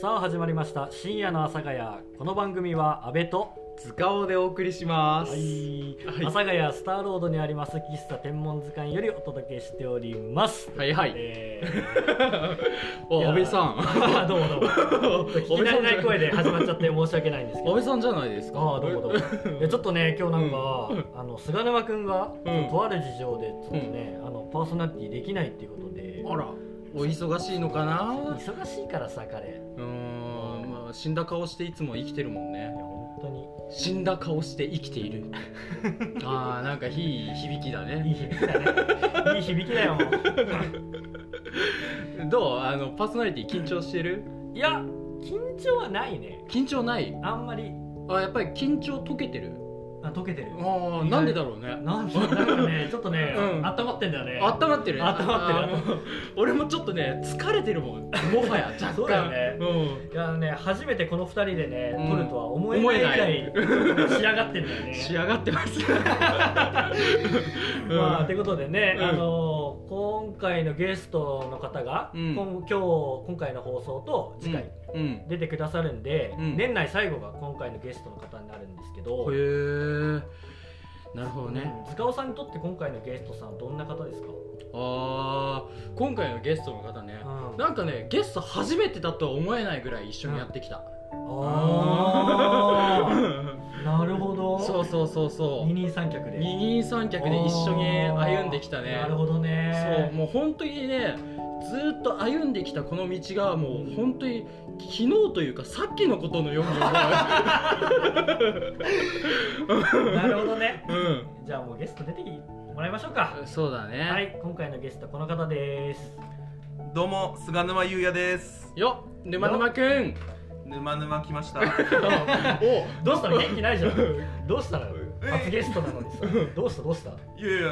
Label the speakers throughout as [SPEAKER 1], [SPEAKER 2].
[SPEAKER 1] さあ始まりました深夜の阿佐ヶ谷この番組は阿部と
[SPEAKER 2] 塚尾でお送りします。
[SPEAKER 1] はい、
[SPEAKER 2] はい
[SPEAKER 1] 阿佐ヶ谷スターロードにあります喫茶天文図鑑よりお届けしております
[SPEAKER 2] はいはい
[SPEAKER 1] え
[SPEAKER 2] お、
[SPEAKER 1] いや
[SPEAKER 2] 安倍さん。
[SPEAKER 1] ーあどうもどう も聞き
[SPEAKER 2] 安
[SPEAKER 1] 慣れない声
[SPEAKER 2] 安
[SPEAKER 1] で始まっちゃって申し訳ないんですけど
[SPEAKER 2] 倍さんじゃないですか。
[SPEAKER 1] ああどうもどうもいやちょっとね今日なんか、
[SPEAKER 2] うん
[SPEAKER 1] あの菅沼君が、
[SPEAKER 2] うん
[SPEAKER 1] とある事情でちょっとね、あのパーソナリティできないっていうことで
[SPEAKER 2] あら、お忙しいのかな。
[SPEAKER 1] 忙しいからさ彼いや
[SPEAKER 2] うーん、まあ死んだ顔していつも生きてるもんね。
[SPEAKER 1] 本当に
[SPEAKER 2] 死んだ顔して生きている。 ああ、なんかいい響きだ
[SPEAKER 1] いい
[SPEAKER 2] ね。
[SPEAKER 1] 響きだねいい響きだよもう
[SPEAKER 2] どう、あのパーソナリティ緊張してる？
[SPEAKER 1] いや緊張はないね
[SPEAKER 2] 緊張ない。
[SPEAKER 1] あんまり
[SPEAKER 2] あ、やっぱり緊張解けてる。
[SPEAKER 1] あ溶けてる
[SPEAKER 2] ああ、なんでだろうね。
[SPEAKER 1] なんかなんか ねちょっとね、
[SPEAKER 2] うん
[SPEAKER 1] 温まってんだよね
[SPEAKER 2] あったまってるね。
[SPEAKER 1] あったまってる
[SPEAKER 2] あの俺もちょっとね、疲れてるもん。もはや若干。
[SPEAKER 1] そうだよね
[SPEAKER 2] うん。
[SPEAKER 1] いやね初めてこの2人でね、
[SPEAKER 2] うん
[SPEAKER 1] 撮るとは思えないぐらい仕上がってんだよね
[SPEAKER 2] 仕上がってます。
[SPEAKER 1] まあ、ということでね、
[SPEAKER 2] うん
[SPEAKER 1] あの今回のゲストの方が、
[SPEAKER 2] うん
[SPEAKER 1] こん今日今回の放送と次回、
[SPEAKER 2] うん。うん。
[SPEAKER 1] 出てくださるんで、
[SPEAKER 2] うん
[SPEAKER 1] 年内最後が今回のゲストの方になるんですけど、
[SPEAKER 2] へえ。なるほどね。
[SPEAKER 1] うん塚尾さんにとって今回のゲストさんはどんな方ですか、
[SPEAKER 2] ああ、今回のゲストの方ね。なんかね、ゲスト初めてだとは思えないぐらい一緒にやってきた。
[SPEAKER 1] あーなるほど
[SPEAKER 2] そうそうそうそ
[SPEAKER 1] 二
[SPEAKER 2] う。
[SPEAKER 1] 人三脚で
[SPEAKER 2] 二人三脚で一緒に歩んできたね。
[SPEAKER 1] なるほどね
[SPEAKER 2] そうもう本当にねずーっと歩んできたこの道がもう本当に昨日というかさっきのことのように
[SPEAKER 1] なるほどね
[SPEAKER 2] 思う、
[SPEAKER 1] じゃあもうゲスト出てきてもらいましょうか
[SPEAKER 2] うん、そうだね、
[SPEAKER 1] はい今回のゲストこの方です
[SPEAKER 3] どうも菅沼優也です
[SPEAKER 2] よっ沼沼くん
[SPEAKER 3] 沼沼来ました
[SPEAKER 2] お
[SPEAKER 1] どうしたの元気ないじゃんどうしたの
[SPEAKER 3] え
[SPEAKER 1] 初ゲストなのにさどうしたどうした
[SPEAKER 3] いやいや、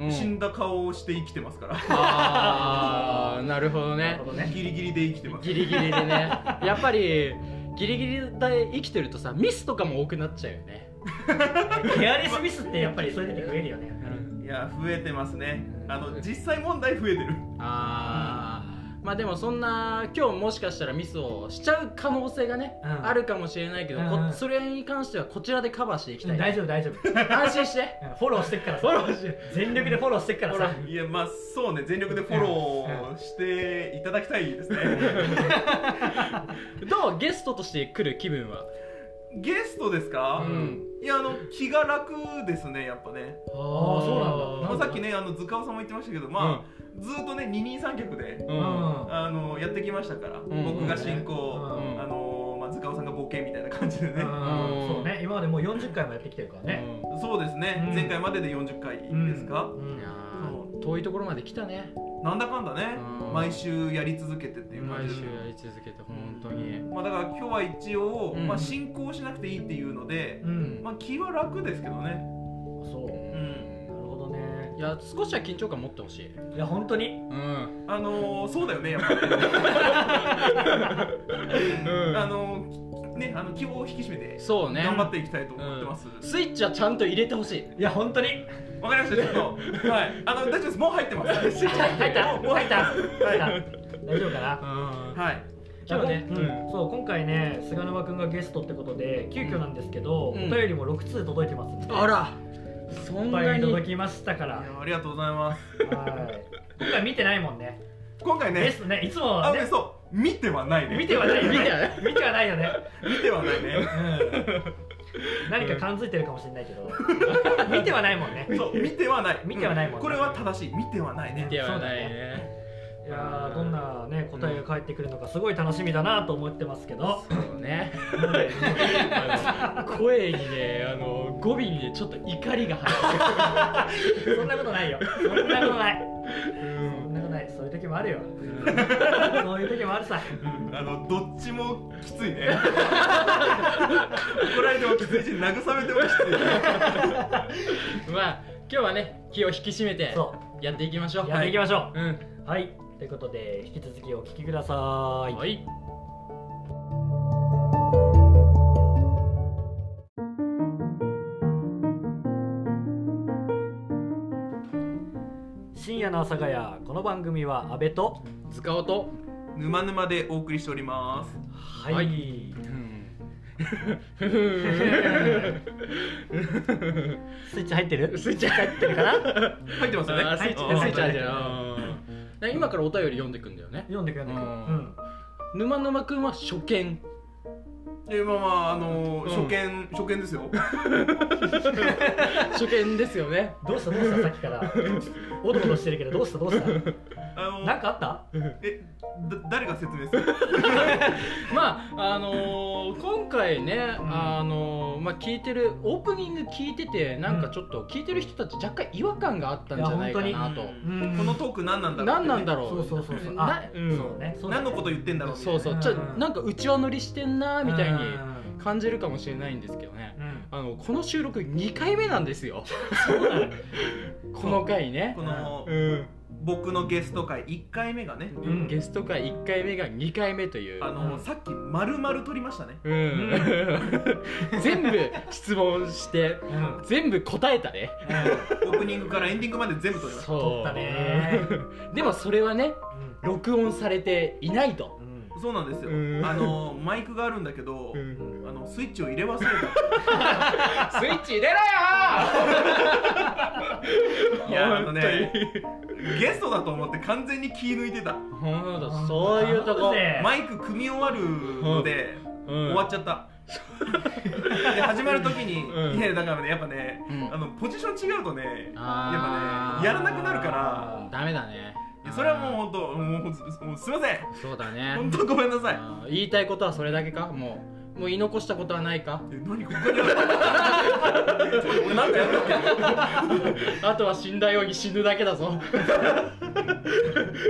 [SPEAKER 2] うん
[SPEAKER 3] 死んだ顔をして生きてますから
[SPEAKER 2] あーなるほど
[SPEAKER 1] な
[SPEAKER 2] ね
[SPEAKER 1] るほどね
[SPEAKER 3] ギリギリで生きてます
[SPEAKER 2] ギリギリで ねやっぱりギリギリで生きてるとさミスとかも多くなっちゃうよね
[SPEAKER 1] ケアレスミスってやっぱりそういう時増えるよね
[SPEAKER 3] いや増えてますねあの実際問題増えてる
[SPEAKER 2] あーまあでもそんな今日もしかしたらミスをしちゃう可能性がね、
[SPEAKER 1] うん
[SPEAKER 2] あるかもしれないけど、こ
[SPEAKER 1] うんうん
[SPEAKER 2] それに関してはこちらでカバーしていきたい、
[SPEAKER 1] 大丈夫大丈夫うん
[SPEAKER 2] 安心して
[SPEAKER 1] フォローしてっから
[SPEAKER 2] フォロ
[SPEAKER 1] さ
[SPEAKER 2] ーして
[SPEAKER 1] 全力でフォローしてっからさ
[SPEAKER 3] いやまあそうね全力でフォローしていただきたいですね
[SPEAKER 2] どうゲストとして来る気分は
[SPEAKER 3] ゲストです
[SPEAKER 2] う
[SPEAKER 3] か、
[SPEAKER 2] ん
[SPEAKER 3] いやあの気が楽ですねやっぱね、
[SPEAKER 2] あー
[SPEAKER 1] ーそうなんだ
[SPEAKER 3] まあ、さっきねあの塚尾さんも言ってましたけどまあ、ずっとね二人三脚で
[SPEAKER 2] う
[SPEAKER 1] うん
[SPEAKER 2] ん
[SPEAKER 3] あのやってきましたから、
[SPEAKER 2] ん
[SPEAKER 3] 僕が進行、
[SPEAKER 2] うん
[SPEAKER 3] あのまあ、塚尾さんがボケみたいな感じでね、
[SPEAKER 1] うんそうね今までもう40回もやってきてるからね
[SPEAKER 3] そうですね、
[SPEAKER 1] うん
[SPEAKER 3] 前回までで40回ですか、
[SPEAKER 2] うんいや
[SPEAKER 3] そ
[SPEAKER 2] ー遠いところまで来たね
[SPEAKER 3] なんだかんだね、
[SPEAKER 2] うん
[SPEAKER 3] 毎週やり続けてっていう感
[SPEAKER 2] 毎
[SPEAKER 3] じ
[SPEAKER 2] 週
[SPEAKER 3] で
[SPEAKER 2] やり続けて本当に
[SPEAKER 3] まあ、だから今日は一応、
[SPEAKER 2] うん
[SPEAKER 3] まあ、進行しなくていいっていうので
[SPEAKER 1] う、ん
[SPEAKER 3] まあ、気は楽ですけどね
[SPEAKER 1] そうなる
[SPEAKER 3] ん
[SPEAKER 1] ほどね
[SPEAKER 2] いや少しは緊張感持ってほしい
[SPEAKER 1] いや本当に
[SPEAKER 2] うん
[SPEAKER 3] あのーそうだよねやっぱり、ね
[SPEAKER 2] うん
[SPEAKER 3] あのーねあの気を引き締めて
[SPEAKER 2] そうね
[SPEAKER 3] 頑張っていきたいと思ってます、
[SPEAKER 2] スイッチはちゃんと入れてほしい
[SPEAKER 1] いや本当に
[SPEAKER 3] わかりましたちょっとはいあの大丈夫ですもう入ってます
[SPEAKER 1] 入ったもう入った入った
[SPEAKER 3] は
[SPEAKER 1] 大丈夫かな
[SPEAKER 3] はい
[SPEAKER 2] 今日ね
[SPEAKER 1] うん
[SPEAKER 2] う
[SPEAKER 1] そう今回ね菅沼君がゲストってことで急遽なんですけど、
[SPEAKER 2] うん
[SPEAKER 1] お便りも6通届いてますんで
[SPEAKER 2] あらそ
[SPEAKER 1] い
[SPEAKER 2] ん
[SPEAKER 1] っ
[SPEAKER 2] な
[SPEAKER 1] ぱい
[SPEAKER 2] に
[SPEAKER 1] 届きましたから
[SPEAKER 3] いやありがとうございます
[SPEAKER 1] はい今回見てないもんね
[SPEAKER 3] 今回
[SPEAKER 1] ゲ
[SPEAKER 3] ね
[SPEAKER 1] ストねいつも
[SPEAKER 3] あ
[SPEAKER 1] ね
[SPEAKER 3] そう見てはないね
[SPEAKER 1] 見てはないよね
[SPEAKER 2] 見てはない
[SPEAKER 1] 見てはないよね、
[SPEAKER 3] 見てはないね
[SPEAKER 1] うん、何か感づいてるかもしれないけど見てはないもんね
[SPEAKER 3] そう見てはない
[SPEAKER 1] 見てはないもんね
[SPEAKER 3] これは正しい見てはない
[SPEAKER 2] 見
[SPEAKER 3] ね
[SPEAKER 2] て
[SPEAKER 1] そ
[SPEAKER 2] はない
[SPEAKER 1] うだ
[SPEAKER 2] ね
[SPEAKER 1] いやーどんなね答えが返ってくるのかすごい楽しみだなと思ってますけど、
[SPEAKER 2] そうねあの声にねあの語尾にねちょっと怒りが入って
[SPEAKER 1] そんなことないよそんなことないそんなことないそういう時もあるよそういう時もあるさ
[SPEAKER 3] あのどっちもきつい ね怒られてもきついし慰めてもきつい
[SPEAKER 2] るまあ今日はね気を引き締めて
[SPEAKER 1] そ
[SPEAKER 2] やっていきましょう
[SPEAKER 1] うやっていきましょ
[SPEAKER 2] はいう
[SPEAKER 1] はい、ということで引き続きお聞きください、
[SPEAKER 2] うんはい
[SPEAKER 1] 深夜の阿佐ヶ谷この番組は阿部と
[SPEAKER 2] 塚尾と
[SPEAKER 3] 沼沼でお送りしております
[SPEAKER 1] はい、
[SPEAKER 2] はい
[SPEAKER 1] スイッチ入ってる
[SPEAKER 2] スイッチ
[SPEAKER 1] 入ってるかな
[SPEAKER 3] 入ってますよね
[SPEAKER 2] あースイッチ
[SPEAKER 3] うん
[SPEAKER 2] スイッチあるじゃんうん今からお便り読んでくんだよね
[SPEAKER 1] 読んでくれないうん
[SPEAKER 2] 沼沼くんは初見
[SPEAKER 3] えまあまああの
[SPEAKER 2] う
[SPEAKER 3] ー
[SPEAKER 2] ん
[SPEAKER 3] 初見初見ですよ
[SPEAKER 2] 初見ですよね
[SPEAKER 1] どうしたどうしたさっきからおどおどしてるけどどうしたどうした
[SPEAKER 3] あのー
[SPEAKER 1] なんかあった
[SPEAKER 3] えだ誰が説明する
[SPEAKER 2] まああのー今回ね、
[SPEAKER 1] うん
[SPEAKER 2] あのーまあ、聞いてるオープニング聞いててなんかちょっと聞いてる人たち若干違和感があったんじゃないか
[SPEAKER 1] いや
[SPEAKER 2] な
[SPEAKER 1] 本
[SPEAKER 2] と、
[SPEAKER 1] うん
[SPEAKER 3] このトーク何なんだろうって
[SPEAKER 2] 何
[SPEAKER 3] ね
[SPEAKER 2] なんだろう
[SPEAKER 1] そうそうそうそう
[SPEAKER 2] な
[SPEAKER 1] あ
[SPEAKER 2] うん
[SPEAKER 1] そうねそうだ
[SPEAKER 3] 何
[SPEAKER 1] ね
[SPEAKER 3] のこと言ってんだろう
[SPEAKER 2] そうそううんちょなんかうちわ乗りしてんなーみたいに
[SPEAKER 3] うん
[SPEAKER 2] 感じるかもしれないんですけどね
[SPEAKER 1] うん
[SPEAKER 2] あのこの収録2回目なんですよ
[SPEAKER 1] そうだね
[SPEAKER 2] この回ね
[SPEAKER 3] この
[SPEAKER 2] うん
[SPEAKER 3] 僕のゲスト会1回目がね
[SPEAKER 1] ん
[SPEAKER 2] ゲスト回1回目が2回目という
[SPEAKER 3] あの
[SPEAKER 1] うん
[SPEAKER 3] ーさっき丸々取りましたね
[SPEAKER 2] うん 全部質問して
[SPEAKER 1] うん
[SPEAKER 2] 全部答えたね
[SPEAKER 3] オープニングからエンディングまで全部取りました
[SPEAKER 2] そう
[SPEAKER 1] 撮ったね
[SPEAKER 2] でもそれはね
[SPEAKER 1] うん
[SPEAKER 2] 録音されていないと
[SPEAKER 1] うん
[SPEAKER 3] そうなんですよ
[SPEAKER 2] うん
[SPEAKER 3] あのーマイクがあるんだけどあのスイッチを入れ忘
[SPEAKER 2] スイ
[SPEAKER 3] れ
[SPEAKER 2] ッチ入れ ろよ
[SPEAKER 3] たいやあのね
[SPEAKER 2] 本
[SPEAKER 3] ゲストだと思って完全に気抜いてた
[SPEAKER 2] 当にほんとそういうとこ、
[SPEAKER 1] 頼むぜ
[SPEAKER 3] マイク組み終わるので
[SPEAKER 2] うん
[SPEAKER 3] 終わっちゃった、で始まる時に、
[SPEAKER 2] うん
[SPEAKER 3] いやだからねやっぱね、
[SPEAKER 2] うん
[SPEAKER 3] あのポジション違うとね
[SPEAKER 2] あー
[SPEAKER 3] やっぱねやらなくなるから
[SPEAKER 2] ダメだね
[SPEAKER 3] いやそれはもう本当もうほんともうすいません
[SPEAKER 2] そうだね
[SPEAKER 3] 本当ごめんなさい
[SPEAKER 2] あー言いたいことはそれだけかもうもう言い残したことはないか
[SPEAKER 3] え何ここにある 俺なんかやるっ
[SPEAKER 2] あとは死んだように死ぬだけだ ぞ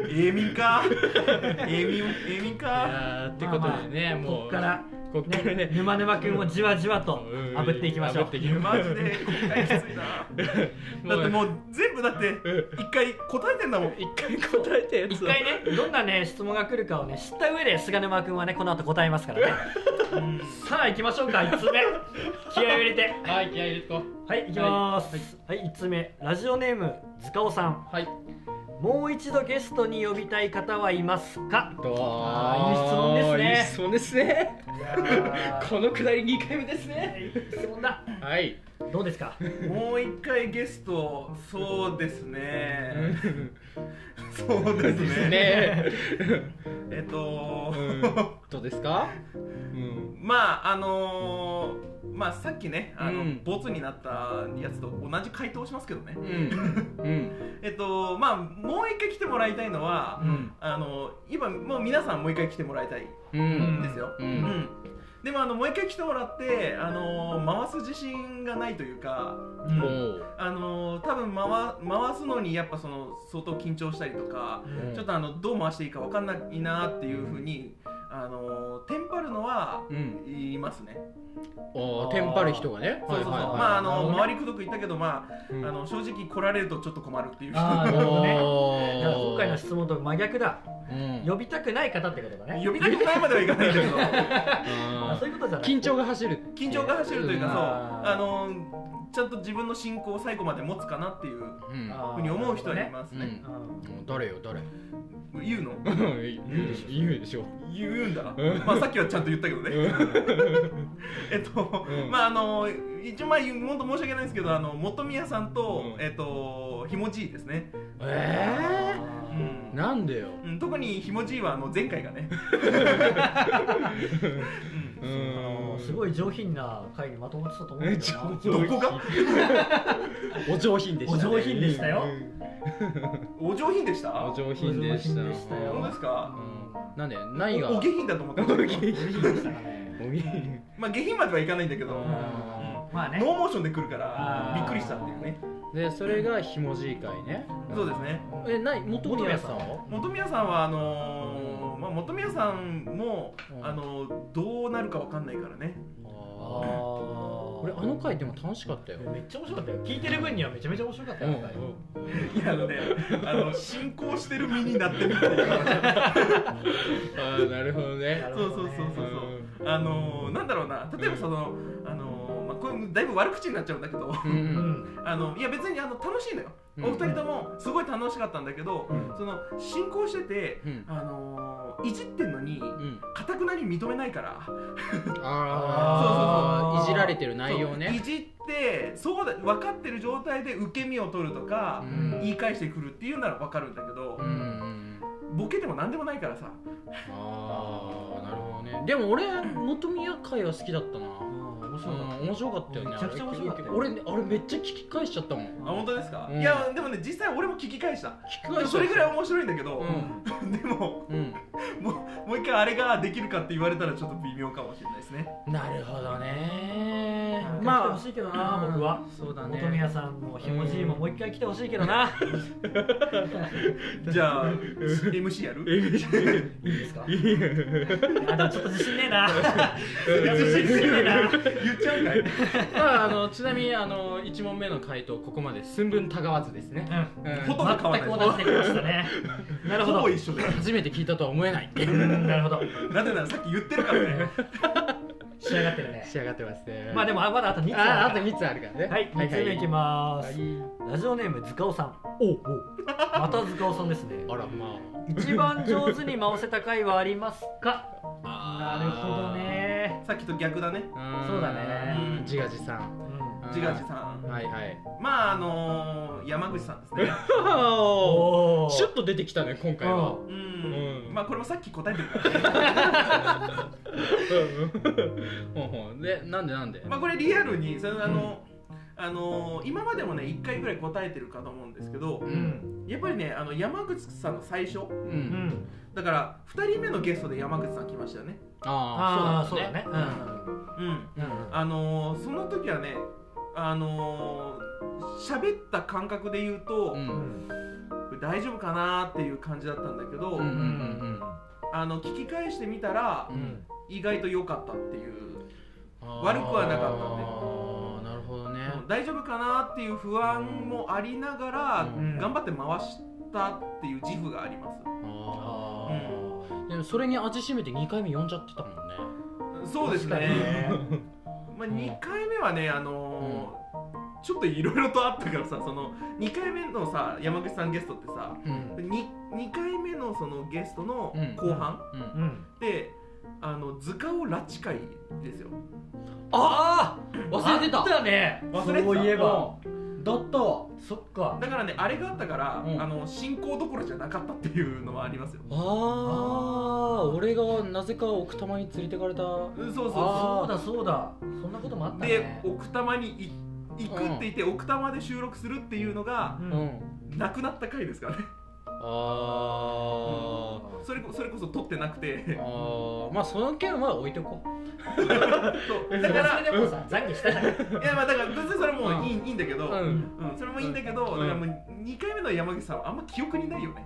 [SPEAKER 3] け永眠か永眠永眠
[SPEAKER 2] い
[SPEAKER 3] か
[SPEAKER 2] やーってことでね、もう
[SPEAKER 1] こっから
[SPEAKER 2] こっから
[SPEAKER 1] ね
[SPEAKER 2] ね
[SPEAKER 1] 沼沼くんをじわじわと
[SPEAKER 2] うん
[SPEAKER 1] 炙っていきましょ
[SPEAKER 2] 炙っ
[SPEAKER 1] う
[SPEAKER 2] ていきま
[SPEAKER 3] マ
[SPEAKER 2] しょ
[SPEAKER 3] ジで今回きついなだって
[SPEAKER 2] う
[SPEAKER 3] もう全部だって一回答えてんだもん
[SPEAKER 2] 一回答えてやつを
[SPEAKER 1] 一回ねどんなね質問が来るかをね知った上で菅沼君はねこの後答えますからねさあ行きましょうか1つ目気合を入れて
[SPEAKER 2] はい気合い入れてこ
[SPEAKER 1] はい行きますはい、1つ目ラジオネーム塚尾さん
[SPEAKER 2] うはい
[SPEAKER 1] もう一度ゲストに呼びたい方はいますか
[SPEAKER 2] どう
[SPEAKER 1] あーいい質
[SPEAKER 2] 問ですね
[SPEAKER 1] いやー
[SPEAKER 2] このくだり2回目ですね
[SPEAKER 1] いい質問だ
[SPEAKER 2] はい
[SPEAKER 1] どうですか
[SPEAKER 3] もう一回ゲストそうですねそうですね
[SPEAKER 2] ね
[SPEAKER 3] えっと、
[SPEAKER 2] うんどうですかうん
[SPEAKER 3] まああのーまあさっきねあの、
[SPEAKER 2] うん
[SPEAKER 3] ボツになったやつと同じ回答をしますけどね
[SPEAKER 2] うんうん
[SPEAKER 3] えっとまあもう一回来てもらいたいのは、
[SPEAKER 2] うん
[SPEAKER 3] あの今もう皆さんもう一回来てもらいたい
[SPEAKER 2] うん
[SPEAKER 3] で
[SPEAKER 2] ん
[SPEAKER 3] すよ、
[SPEAKER 2] うん
[SPEAKER 3] でもあのもう一回来てもらってあのー回す自信がないというか
[SPEAKER 1] うん
[SPEAKER 2] おう
[SPEAKER 3] あのー多分回回すのにやっぱその相当緊張したりとか、
[SPEAKER 2] うん
[SPEAKER 3] ちょっとあのどう回していいか分かんないなっていうふうに、あのテンパるのは
[SPEAKER 2] うん
[SPEAKER 3] 言いますね、
[SPEAKER 2] おうテンパる人がね
[SPEAKER 3] そうそうそう、
[SPEAKER 2] はいはいはい
[SPEAKER 3] まああの、
[SPEAKER 1] なるほどね
[SPEAKER 3] 周りくどく言ったけどまあ,、
[SPEAKER 2] うん
[SPEAKER 3] あの正直来られるとちょっと困るっていう人
[SPEAKER 1] あーなるほどね
[SPEAKER 2] おー
[SPEAKER 1] だから今回の質問と真逆だ
[SPEAKER 2] うん
[SPEAKER 1] 呼びたくない方ってことだね
[SPEAKER 3] 呼びたくないまではいかないんだけど
[SPEAKER 1] あそういうことじゃない
[SPEAKER 2] 緊張が走る
[SPEAKER 3] 緊張が走るというかそう
[SPEAKER 1] あー
[SPEAKER 3] あのちゃんと自分の信仰を最後まで持つかなっていうふ
[SPEAKER 2] うん
[SPEAKER 1] あー
[SPEAKER 3] うに思う人はいます
[SPEAKER 2] う
[SPEAKER 3] ね
[SPEAKER 2] ん誰よ誰
[SPEAKER 3] 言うの
[SPEAKER 2] 言うでしょ言うでしょ
[SPEAKER 3] 言うんだな
[SPEAKER 2] うん
[SPEAKER 3] まあさっきはちゃんと言ったけどね えっと、
[SPEAKER 2] うん
[SPEAKER 3] まああの一応まあ本当申し訳ないんですけどあの本宮さんと、
[SPEAKER 2] うん
[SPEAKER 3] えっとひもじいですね、
[SPEAKER 2] え
[SPEAKER 3] う
[SPEAKER 1] うん
[SPEAKER 3] ん
[SPEAKER 2] ーなんでよ
[SPEAKER 3] うん特にひもじいはあの前回がね、
[SPEAKER 2] う
[SPEAKER 3] うん
[SPEAKER 1] あの
[SPEAKER 2] ん
[SPEAKER 1] すごい上品な回にまとまってたと思うんだよな
[SPEAKER 3] どこが
[SPEAKER 2] お上品でしたね
[SPEAKER 1] お上品でしたよ
[SPEAKER 2] うん
[SPEAKER 3] お上品でした
[SPEAKER 2] お上品でした
[SPEAKER 1] お上品でしたよ
[SPEAKER 3] 本当ですか
[SPEAKER 2] うんなんで何が
[SPEAKER 3] お下品だと思ってま
[SPEAKER 2] お下
[SPEAKER 3] した
[SPEAKER 2] 品
[SPEAKER 1] うん
[SPEAKER 2] お下品
[SPEAKER 3] まあ下品まではいかないんだけど、
[SPEAKER 2] うん
[SPEAKER 3] ノ
[SPEAKER 1] まあね
[SPEAKER 3] ーモーションで来るから
[SPEAKER 1] あー
[SPEAKER 3] びっくりしたっていうね
[SPEAKER 2] でそれがひもじい会ね
[SPEAKER 3] そうですね
[SPEAKER 2] えない元宮さんは
[SPEAKER 3] 本宮さんはあのーまあ、本宮さんも、
[SPEAKER 2] うん
[SPEAKER 3] あのーどうなるかわかんないからね
[SPEAKER 2] あー
[SPEAKER 1] あ
[SPEAKER 2] 俺あの回でも楽しかったよ
[SPEAKER 1] めっちゃ面白かったよ聞いてる分にはめちゃめちゃ面白かったよ、あの回
[SPEAKER 3] いやあのねあの進行してる身になってるっていう話
[SPEAKER 2] ああなるほどね
[SPEAKER 1] なる
[SPEAKER 3] そう
[SPEAKER 1] ほ
[SPEAKER 3] そう
[SPEAKER 1] ど
[SPEAKER 3] そう
[SPEAKER 1] ね
[SPEAKER 3] そうそうあのーなんだろうな例えばその、あのーまあ、こ分だいぶ悪口になっちゃうんだけど
[SPEAKER 2] う
[SPEAKER 1] うんん
[SPEAKER 3] あのいや別にあの楽しいのよ、
[SPEAKER 2] うん
[SPEAKER 3] お二人ともすごい楽しかったんだけど、
[SPEAKER 2] うん
[SPEAKER 3] その進行してて、
[SPEAKER 2] うん
[SPEAKER 3] あのーいじってんのに
[SPEAKER 2] うん
[SPEAKER 3] かたくなに認めないから
[SPEAKER 2] ああいじられてる内容
[SPEAKER 3] そうい
[SPEAKER 2] ね
[SPEAKER 3] じってそうだ分かってる状態で受け身を取るとか、
[SPEAKER 2] うん
[SPEAKER 3] 言い返してくるっていうなら分かるんだけど
[SPEAKER 2] うんう、ん
[SPEAKER 3] ボケでも何でもないからさ
[SPEAKER 2] ああなるほどねでも俺元宮会は好きだったな
[SPEAKER 1] 面白かっ
[SPEAKER 2] うん面白かったよね
[SPEAKER 1] めちゃくちゃ面白かったよ
[SPEAKER 2] 俺ねあれめっちゃ聞き返しちゃったもん
[SPEAKER 3] あ本当ですか、
[SPEAKER 2] うん
[SPEAKER 3] いやでもね実際俺も聞き返した
[SPEAKER 2] 聞き返しちゃった
[SPEAKER 3] それぐらい面白いんだけど、
[SPEAKER 2] う
[SPEAKER 3] でも
[SPEAKER 2] んうん
[SPEAKER 3] もうもう一回あれができるかって言われたらちょっと微妙かもしれないですね
[SPEAKER 2] なるほどね
[SPEAKER 1] たまあ
[SPEAKER 2] ま
[SPEAKER 1] 欲
[SPEAKER 2] あ
[SPEAKER 1] しいけどな僕は
[SPEAKER 2] そうだね
[SPEAKER 1] 本宮さんもひもじいももう一回来てほしいけどな
[SPEAKER 3] じゃあ MC やる
[SPEAKER 1] いいですか あでもちょっと自信ねえな自信ねえな
[SPEAKER 3] 言っちゃうんかい
[SPEAKER 2] まああのちなみにあの一問目の回答ここまで寸分たがわずですね
[SPEAKER 1] うん
[SPEAKER 2] うん
[SPEAKER 3] ほとんど変わらない
[SPEAKER 1] 全く同じできましたねなるほ
[SPEAKER 3] ほぼ
[SPEAKER 1] ど
[SPEAKER 3] 一緒だよ
[SPEAKER 2] 初めて聞いたとは思えない
[SPEAKER 1] うんなるほど
[SPEAKER 3] なぜならさっき言ってるからね
[SPEAKER 1] 仕上がってるね
[SPEAKER 2] 仕上がってますね
[SPEAKER 1] まあでもあまだあと2つ
[SPEAKER 2] ああと
[SPEAKER 1] る
[SPEAKER 2] 3つあるからね
[SPEAKER 1] はい3つ目いきま
[SPEAKER 2] は
[SPEAKER 1] す
[SPEAKER 2] い
[SPEAKER 1] ラジオネーム塚尾さん
[SPEAKER 2] おお
[SPEAKER 1] また塚尾さんですね
[SPEAKER 2] あらま
[SPEAKER 1] 一番上手に回せた回はありますか
[SPEAKER 2] あ
[SPEAKER 1] なるほどね
[SPEAKER 3] さっきと逆だね
[SPEAKER 2] うん
[SPEAKER 1] そうだね
[SPEAKER 2] うん自画自賛
[SPEAKER 1] うん
[SPEAKER 3] 自画自賛
[SPEAKER 2] はいはい
[SPEAKER 3] まああのー、山口さんですね
[SPEAKER 1] お
[SPEAKER 2] おおシュッと出てきたね今回は
[SPEAKER 3] うん、
[SPEAKER 2] うん
[SPEAKER 3] まあこれもさっき答えてるからね
[SPEAKER 2] うんほんほんでなんでなんで
[SPEAKER 3] まあこれリアルにそのあの、あのー、今までもね1回ぐらい答えてるかと思うんですけど
[SPEAKER 1] う
[SPEAKER 2] うんん
[SPEAKER 3] やっぱりねあの山口さんの最初
[SPEAKER 2] う
[SPEAKER 1] うんん
[SPEAKER 3] だから2人目のゲストで山口さん来ましたよね
[SPEAKER 1] あ
[SPEAKER 2] ああ
[SPEAKER 1] あそうだね
[SPEAKER 3] うん
[SPEAKER 1] うんうん
[SPEAKER 3] あのー、その時はねあのー、喋った感覚で言うと、
[SPEAKER 2] う
[SPEAKER 3] こ
[SPEAKER 1] うんん
[SPEAKER 3] れ大丈夫かなーっていう感じだったんだけど、
[SPEAKER 2] うんうん
[SPEAKER 3] あの聞き返してみたら、
[SPEAKER 2] うんうん
[SPEAKER 3] 意外と良かったっていう悪
[SPEAKER 2] 悪
[SPEAKER 3] くはなかった
[SPEAKER 2] ねなるほどね
[SPEAKER 3] 大丈夫かなっていう不安もありながら、
[SPEAKER 1] うん
[SPEAKER 3] 頑張って回したっていう自負があります
[SPEAKER 2] ああでもそれに味しめて2回目読んじゃってたもんね
[SPEAKER 3] そうです
[SPEAKER 1] 確かに
[SPEAKER 3] ね、
[SPEAKER 1] ね
[SPEAKER 3] まあ、2回目はねあのーちょっといろいろとあったからさその2回目のさ山口さんゲストってさ
[SPEAKER 2] うん
[SPEAKER 3] に 2, 回目のそのゲストの
[SPEAKER 2] うん
[SPEAKER 3] 後半
[SPEAKER 2] うん
[SPEAKER 1] うん
[SPEAKER 3] で、あの図鑑を拉致会ですよ
[SPEAKER 1] ああ
[SPEAKER 2] 忘れてた
[SPEAKER 1] あったね
[SPEAKER 3] 忘れてた
[SPEAKER 1] そういえば
[SPEAKER 2] だったわ
[SPEAKER 1] そっか
[SPEAKER 3] だからねあれがあったから、
[SPEAKER 2] うん
[SPEAKER 3] あの進行どころじゃなかったっていうのはありますよ
[SPEAKER 2] ああ俺がなぜか奥多摩に連れてかれた
[SPEAKER 3] うんそうそうそう
[SPEAKER 1] そ
[SPEAKER 2] あ
[SPEAKER 1] うだそうだそんなこともあった
[SPEAKER 3] で
[SPEAKER 1] ね
[SPEAKER 3] 奥多摩にい行くって言って、奥多摩で収録するっていうのが
[SPEAKER 1] う
[SPEAKER 2] うんん
[SPEAKER 3] なくなった回ですからね
[SPEAKER 2] あー
[SPEAKER 3] それこそれこそ撮ってなくて
[SPEAKER 2] あーまあその件は置いておこう
[SPEAKER 3] そう
[SPEAKER 1] だ
[SPEAKER 3] だ
[SPEAKER 1] か
[SPEAKER 3] から
[SPEAKER 1] そ
[SPEAKER 3] ら
[SPEAKER 1] れでもさ懺悔したじゃん
[SPEAKER 3] いやまあだから別にそれもいい,、ん、いいんだけど、うん
[SPEAKER 2] ん
[SPEAKER 3] それもいいんだけど、
[SPEAKER 2] うん
[SPEAKER 3] だからもう2回目の山口さんはあんま記憶にないよね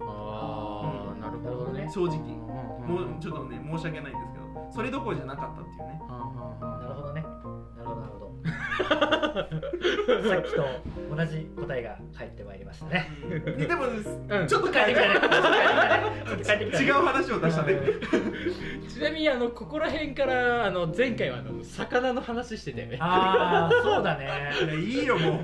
[SPEAKER 2] ああなるほどね
[SPEAKER 3] 正直、
[SPEAKER 2] も
[SPEAKER 3] もうちょっとね申し訳ないんですけどそれどころじゃなかったっていうね
[SPEAKER 1] なるほどねなるほどなるほどさっきと同じ答えが返ってまいりました ね
[SPEAKER 3] ででも、
[SPEAKER 2] うん
[SPEAKER 3] ちょっと変
[SPEAKER 1] 帰って
[SPEAKER 3] え
[SPEAKER 1] きたねちょっと帰
[SPEAKER 3] て
[SPEAKER 1] ってきたね
[SPEAKER 3] 違う話を出したね、
[SPEAKER 2] ちなみにあのここら辺からあの前回はあの魚の話してたよね
[SPEAKER 1] ああそうだね
[SPEAKER 3] いやいいよも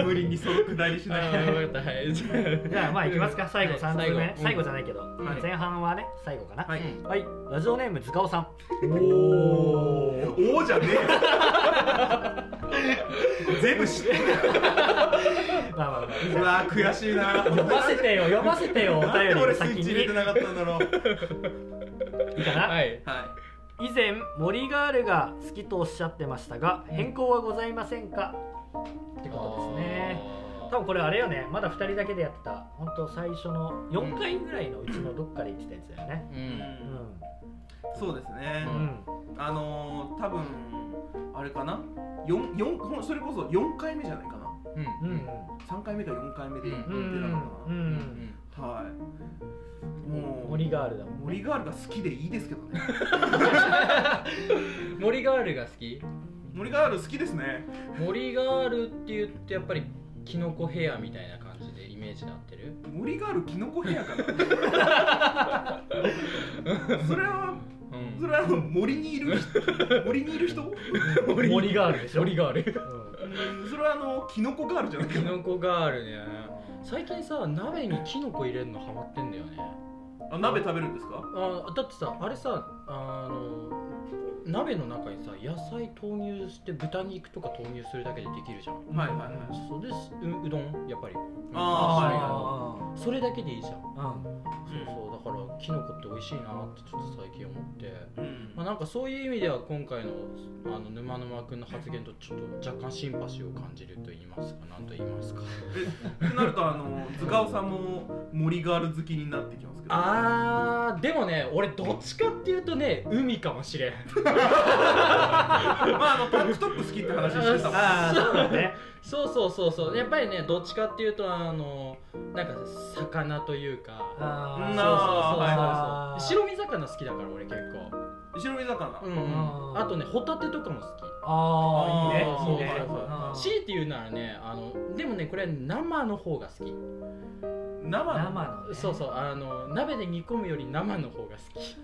[SPEAKER 3] う無理にそのくだりし
[SPEAKER 2] あ
[SPEAKER 3] ない
[SPEAKER 2] ーわかったはいじゃあ
[SPEAKER 1] じゃあまあいきますか最後
[SPEAKER 2] はい
[SPEAKER 1] 3通目、最後
[SPEAKER 2] うん
[SPEAKER 1] じゃないけど、
[SPEAKER 2] ん
[SPEAKER 1] 前半はね最後かなは、
[SPEAKER 3] はいい、
[SPEAKER 1] ラジオネーム塚尾さん
[SPEAKER 2] お
[SPEAKER 3] おおじゃねえ全部知ってる
[SPEAKER 1] まあまあまあ
[SPEAKER 3] うわー悔しいな
[SPEAKER 1] 読ませてよ読ませてよお
[SPEAKER 3] なんで
[SPEAKER 1] 便り
[SPEAKER 3] 俺
[SPEAKER 1] の
[SPEAKER 3] スイ
[SPEAKER 1] 先
[SPEAKER 3] ッチ
[SPEAKER 1] に
[SPEAKER 3] 入れてなかったんだろう
[SPEAKER 1] いいかな、
[SPEAKER 2] はい
[SPEAKER 3] は
[SPEAKER 1] 以前森ガールが好きとおっしゃってましたが変更はございませんかってことですね多分これあれよねまだ2人だけでやってた本当最初の4回ぐらいのうちのどっかで言ってたやつだよね
[SPEAKER 2] う
[SPEAKER 3] い、うんん、そうですね
[SPEAKER 1] う、ん、
[SPEAKER 3] あのー、多分あれかな四四ほんそれこそ四回目じゃないかな
[SPEAKER 2] うん
[SPEAKER 1] うんうん
[SPEAKER 3] 三回目か四回目で言って
[SPEAKER 1] う
[SPEAKER 3] たの
[SPEAKER 1] ん
[SPEAKER 3] か
[SPEAKER 1] う
[SPEAKER 3] な、
[SPEAKER 1] ん
[SPEAKER 3] はいもう
[SPEAKER 1] 森ガールだもんね
[SPEAKER 3] 森ガールが好きでいいですけど ね
[SPEAKER 2] うん森ガールが好き
[SPEAKER 3] 森ガール好きですね
[SPEAKER 2] 森ガールって言ってやっぱりキノコヘアみたいな感じでイメージで合ってる
[SPEAKER 3] 森ガールキノコヘアかなそれは
[SPEAKER 2] うんうん
[SPEAKER 3] それはあの森にいる人森にいる人う
[SPEAKER 1] 森
[SPEAKER 2] 森
[SPEAKER 1] ガールでしょ
[SPEAKER 2] 森ガール
[SPEAKER 3] んそれはあのキノコガールじゃない
[SPEAKER 2] キ
[SPEAKER 3] かな
[SPEAKER 2] ノコガールね最近さ鍋にキノコ入れるのハマってんだよね
[SPEAKER 3] あ鍋食べるんですか
[SPEAKER 2] あだってさあれさあの鍋の中にさ野菜投入して豚肉とか投入するだけでできるじゃん
[SPEAKER 3] はいはいはい
[SPEAKER 2] それですううどんやっぱり
[SPEAKER 3] あ
[SPEAKER 1] あ
[SPEAKER 2] それだけでいいじゃんそう
[SPEAKER 1] あうん
[SPEAKER 2] そうだからキノコって美味しいなってちょっと最近思って
[SPEAKER 3] うん
[SPEAKER 2] まあ、なんかそういう意味では今回のあの沼沼君の発言とちょっと若干シンパシーを感じると言いますかなんと言いますか
[SPEAKER 3] えってなるとあの塚尾さんも森ガール好きになってきますけど
[SPEAKER 2] あーでもね俺どっちかっていうとね海かもしれん
[SPEAKER 3] まああのタンクトップ好きって話してたもん
[SPEAKER 1] ああそうだね
[SPEAKER 2] そうそうそうそうやっぱりねどっちかっていうとあのなんか魚というかそうそうそう
[SPEAKER 1] あー
[SPEAKER 2] そうそう白身魚好きだから俺結
[SPEAKER 3] 白身魚
[SPEAKER 2] 構うんうん、
[SPEAKER 1] あー
[SPEAKER 2] あとねホタテとかも好き
[SPEAKER 1] ああいいね
[SPEAKER 3] あー
[SPEAKER 1] いいね
[SPEAKER 3] そうそうそう
[SPEAKER 1] あー
[SPEAKER 2] 強いて言うならねあのでもねこれ生の方が好き
[SPEAKER 3] 生の
[SPEAKER 1] 生のね
[SPEAKER 2] そうそうあの鍋で煮込むより生の方が好き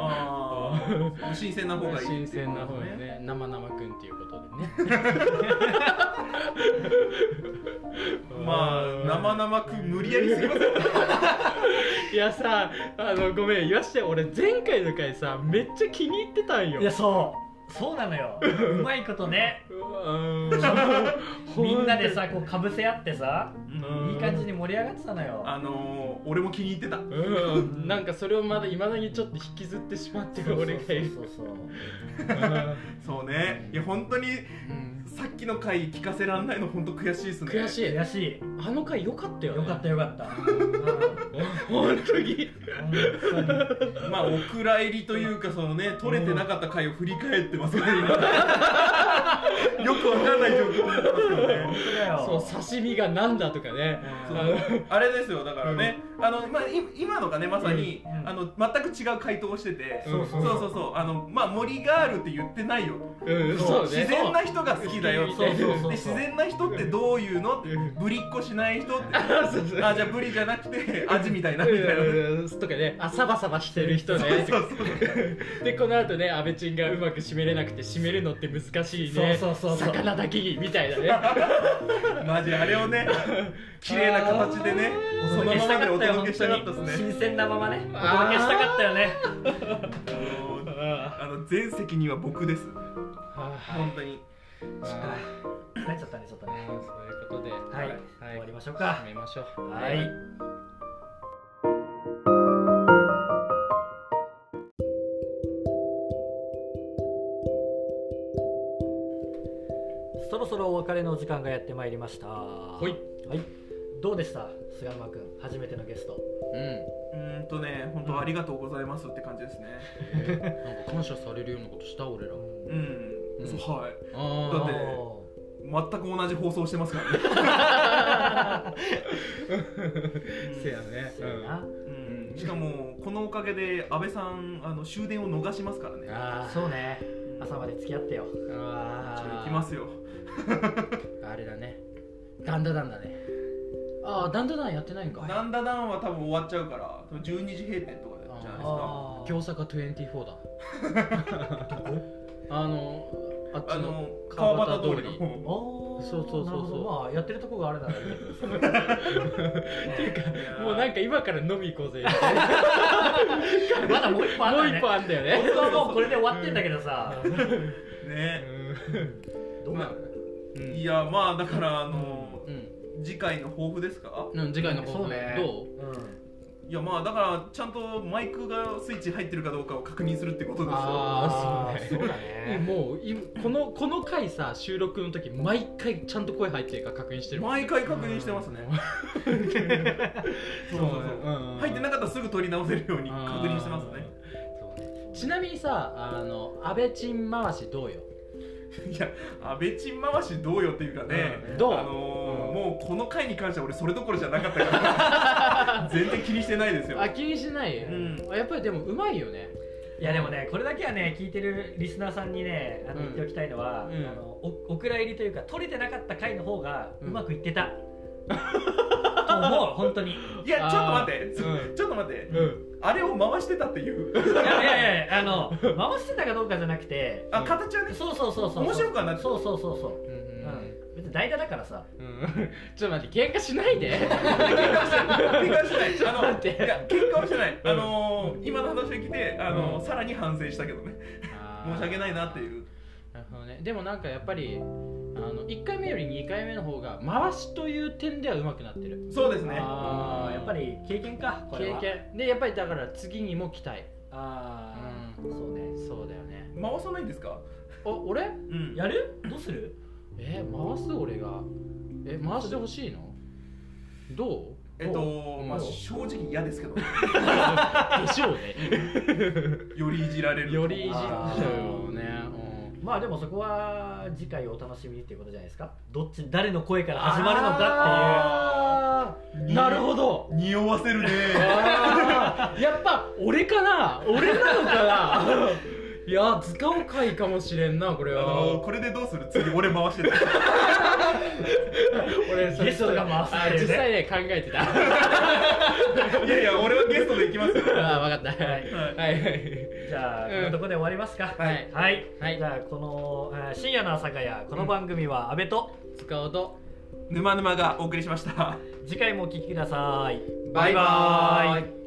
[SPEAKER 3] あ ー新鮮な方がいい
[SPEAKER 2] 新
[SPEAKER 3] っていう
[SPEAKER 2] 鮮
[SPEAKER 3] こ
[SPEAKER 2] な
[SPEAKER 3] と
[SPEAKER 2] 方がね生生くんっていうことでね
[SPEAKER 3] まあ生々く無理やりすぎますよ
[SPEAKER 2] いやさあのごめん言わして俺前回の回さめっちゃ気に入ってたんよ
[SPEAKER 1] いやそうそうなのようまいこと ね
[SPEAKER 2] うわう
[SPEAKER 1] みんなでさこうかぶせ合ってさ
[SPEAKER 2] うん
[SPEAKER 1] いい感じに盛り上がってたのよ
[SPEAKER 3] あのー、俺も気に入って
[SPEAKER 2] う
[SPEAKER 3] た
[SPEAKER 2] んなんかそれをまだいまだにちょっと引きずってしまってる俺がいる
[SPEAKER 1] そうそうそう
[SPEAKER 3] そうねいや本当に
[SPEAKER 2] うん
[SPEAKER 3] さっきの回聞かせらんないの本当悔しいですね
[SPEAKER 2] 悔
[SPEAKER 1] そ
[SPEAKER 2] し
[SPEAKER 1] う
[SPEAKER 2] い
[SPEAKER 1] 悔しい
[SPEAKER 2] あの回良かったよね
[SPEAKER 1] よかったよかった
[SPEAKER 2] 本当に
[SPEAKER 1] うん本当に
[SPEAKER 3] まあお蔵入りというかそのね取れてなかった回を振り返ってますね 今よくわかんない状況になってますよね
[SPEAKER 1] 本当だよ
[SPEAKER 2] そう刺身がなんだとかね
[SPEAKER 3] そう
[SPEAKER 2] あの
[SPEAKER 3] あれですよだからね、あのまあ、い今のがねまさに、
[SPEAKER 1] うんうん
[SPEAKER 3] あの全く違う回答をしてて、
[SPEAKER 2] うん
[SPEAKER 3] そうそうそうあのまあ森ガールって言ってないよ、
[SPEAKER 2] うん
[SPEAKER 1] そう
[SPEAKER 2] そうね
[SPEAKER 3] 自然な人が好きだよって
[SPEAKER 1] そうそうそうそう
[SPEAKER 3] で自然な人ってどういうのって
[SPEAKER 2] うん
[SPEAKER 3] ぶりっ子しない人ってあ
[SPEAKER 2] あそうそう
[SPEAKER 3] じゃあぶりじゃなくてアジみたいなみたいな、
[SPEAKER 2] うんとかねあサバサバしてる人ね
[SPEAKER 3] そうそう
[SPEAKER 2] でこの後ね阿部ちんがうまく締めれなくて締めるのって難しいね
[SPEAKER 1] そうそうそうそう
[SPEAKER 2] 魚だけにみたいなね
[SPEAKER 3] マジあれをね綺麗な形でね
[SPEAKER 1] お
[SPEAKER 3] その
[SPEAKER 1] 届け
[SPEAKER 3] ま
[SPEAKER 1] し
[SPEAKER 3] ま
[SPEAKER 1] た
[SPEAKER 3] で
[SPEAKER 1] か
[SPEAKER 3] お
[SPEAKER 1] ったよ
[SPEAKER 3] 届けしたかったで
[SPEAKER 1] 本当
[SPEAKER 3] す
[SPEAKER 1] に
[SPEAKER 3] ね
[SPEAKER 1] 新鮮なままねお届けしたかったよね
[SPEAKER 3] あのあの全責任は僕です本当に
[SPEAKER 2] あ
[SPEAKER 1] 帰っちゃったねちょっと
[SPEAKER 2] ー
[SPEAKER 1] ね
[SPEAKER 2] そういうことでは
[SPEAKER 1] はい終わりましょうか
[SPEAKER 2] 締めましょう
[SPEAKER 1] はいそろそろお別れのお時間がやってまいりましたはいはいどうでした菅沼君初めてのゲスト
[SPEAKER 2] うん
[SPEAKER 3] うーんとね本当ありがとうございますって感じですね
[SPEAKER 2] なんか感謝されるようなことした俺ら
[SPEAKER 3] うん、
[SPEAKER 2] うん
[SPEAKER 3] そうはい
[SPEAKER 2] あ
[SPEAKER 3] だって全く同じ放送してますからね
[SPEAKER 2] ーせやね
[SPEAKER 1] そうやな
[SPEAKER 3] うんしかもこのおかげで安倍さんあの終電を逃しますからね
[SPEAKER 2] あ
[SPEAKER 1] そうね朝まで付き合ってよ
[SPEAKER 2] ーあ
[SPEAKER 3] ちょっと
[SPEAKER 2] ー
[SPEAKER 3] 行きますよ
[SPEAKER 2] あれだねダンダダンだねああダンダダンやってないんか
[SPEAKER 3] なんだなんは多分終わっちゃうから多分12時閉店とかじゃないですか
[SPEAKER 1] あ
[SPEAKER 2] 京坂24だあのあっ
[SPEAKER 3] あ
[SPEAKER 2] ちの
[SPEAKER 3] の川端通
[SPEAKER 2] 川
[SPEAKER 3] り
[SPEAKER 2] 端
[SPEAKER 1] あ
[SPEAKER 2] 通り
[SPEAKER 3] の
[SPEAKER 1] ー
[SPEAKER 2] そうそうそうそう
[SPEAKER 1] なるほどまあやってるとこがあるならいいね
[SPEAKER 2] っていうか
[SPEAKER 3] いやー
[SPEAKER 2] もうなんか今から飲み行こうぜも
[SPEAKER 1] まだもう一本あ
[SPEAKER 2] う
[SPEAKER 1] る
[SPEAKER 2] 一
[SPEAKER 1] ね
[SPEAKER 2] 本あんだよね
[SPEAKER 1] 本当はもうこれで終わってんだけどさ
[SPEAKER 3] ね、
[SPEAKER 1] どうな
[SPEAKER 2] まあ
[SPEAKER 1] の
[SPEAKER 2] うん
[SPEAKER 3] いやまあだからあの
[SPEAKER 2] うん
[SPEAKER 3] 次回の抱負ですか
[SPEAKER 2] うん次回の放
[SPEAKER 1] そ
[SPEAKER 2] 送
[SPEAKER 1] うね
[SPEAKER 2] ど
[SPEAKER 1] うん
[SPEAKER 3] いやまあだからちゃんとマイクがスイッチ入ってるかどうかを確認するってことですよ
[SPEAKER 2] あー
[SPEAKER 1] ーそうだ
[SPEAKER 2] う
[SPEAKER 1] ね
[SPEAKER 2] もういこのこの回さ収録の時毎回ちゃんと声入ってるか確認してる
[SPEAKER 3] 毎回確認してますね そうそうそう入って
[SPEAKER 2] い
[SPEAKER 3] なかったらすぐ取り直せるように確認してますね
[SPEAKER 2] そうねちなみにさあの安倍チン回しどうよ
[SPEAKER 3] いや安倍チン回しどうよっていうかね、
[SPEAKER 2] うんどう
[SPEAKER 3] あのー
[SPEAKER 2] うん
[SPEAKER 3] もうこの回に関しては俺それどころじゃなかったから 全然気にしてないですよ
[SPEAKER 2] あ気にしない、
[SPEAKER 3] うん
[SPEAKER 2] やっぱりでもうまいよね
[SPEAKER 1] いやでもねこれだけはね聞いてるリスナーさんにねあ
[SPEAKER 2] う
[SPEAKER 1] の言っ
[SPEAKER 2] ん
[SPEAKER 1] ておきたいのは、
[SPEAKER 2] うん
[SPEAKER 1] あのおお蔵入りというか取れてなかった回の方が
[SPEAKER 2] う
[SPEAKER 1] うんまくいってた、と思う本当に
[SPEAKER 3] いやちょっと待って、
[SPEAKER 2] うん
[SPEAKER 3] ちょっと待って、
[SPEAKER 2] うん
[SPEAKER 3] あれを回してたっていう
[SPEAKER 1] いやいやいやあの回してたかどうかじゃなくて
[SPEAKER 3] あ形はね
[SPEAKER 1] そうそうそうそう
[SPEAKER 3] 面白くはなってた
[SPEAKER 1] そうそうそうそう
[SPEAKER 2] う
[SPEAKER 1] う
[SPEAKER 2] ん
[SPEAKER 1] ん別に代打だからさ
[SPEAKER 2] うんうんちょっと待って喧嘩しないで
[SPEAKER 3] 喧嘩はしてない。あの、
[SPEAKER 2] 待って
[SPEAKER 3] いや、喧嘩はしてない。あのー、今の話を聞いて、あのーさらに反省したけどね。申し訳ないなって
[SPEAKER 2] う
[SPEAKER 3] いう。
[SPEAKER 2] なるほどねでもなんかやっぱりあの1回目より2回目の方が回しという点では上手くなってる
[SPEAKER 3] そうですね。
[SPEAKER 1] あーやっぱり経験かこれ
[SPEAKER 2] 経
[SPEAKER 1] は
[SPEAKER 2] 験でやっぱりだから次にも期待
[SPEAKER 1] ああそうね
[SPEAKER 2] そうだよね
[SPEAKER 3] 回さないんですか。
[SPEAKER 2] お俺
[SPEAKER 3] うん
[SPEAKER 1] やるどうする
[SPEAKER 2] え回す俺がえ回してほしいのどう
[SPEAKER 3] えっと、まあ、
[SPEAKER 2] どう
[SPEAKER 3] 正直嫌ですけど、
[SPEAKER 2] でしょうね
[SPEAKER 3] よりいじられる。
[SPEAKER 2] よりいじっち
[SPEAKER 1] あ
[SPEAKER 2] ゃうよね
[SPEAKER 1] まあでもそこは次回お楽しみにっていうことじゃないですかどっち誰の声から始まるのか
[SPEAKER 2] あ
[SPEAKER 3] っていう
[SPEAKER 2] なるほど
[SPEAKER 3] 匂わせるね。
[SPEAKER 2] あー やっぱ俺かな俺なのかな いや塚尾会かもしれんなこれ
[SPEAKER 3] あ
[SPEAKER 2] は、
[SPEAKER 3] のーこれでどうする、次俺回 してた。
[SPEAKER 2] 俺それ
[SPEAKER 1] ゲストが回す
[SPEAKER 2] あ
[SPEAKER 1] っていうね
[SPEAKER 2] 実際ね考えてた
[SPEAKER 3] いやいや、俺はゲストで行きますよ。
[SPEAKER 2] あ分かったはい
[SPEAKER 3] はい
[SPEAKER 2] はい
[SPEAKER 1] っていうじゃあこ
[SPEAKER 2] うん
[SPEAKER 1] のとこで終わりますか
[SPEAKER 2] はい
[SPEAKER 1] はい
[SPEAKER 2] はい
[SPEAKER 1] じゃあこのえー深夜の朝ヶ谷この番組は阿部と
[SPEAKER 2] 塚尾と
[SPEAKER 3] 沼沼がお送りしました。
[SPEAKER 1] 次回もお聴きください
[SPEAKER 2] バイバーイ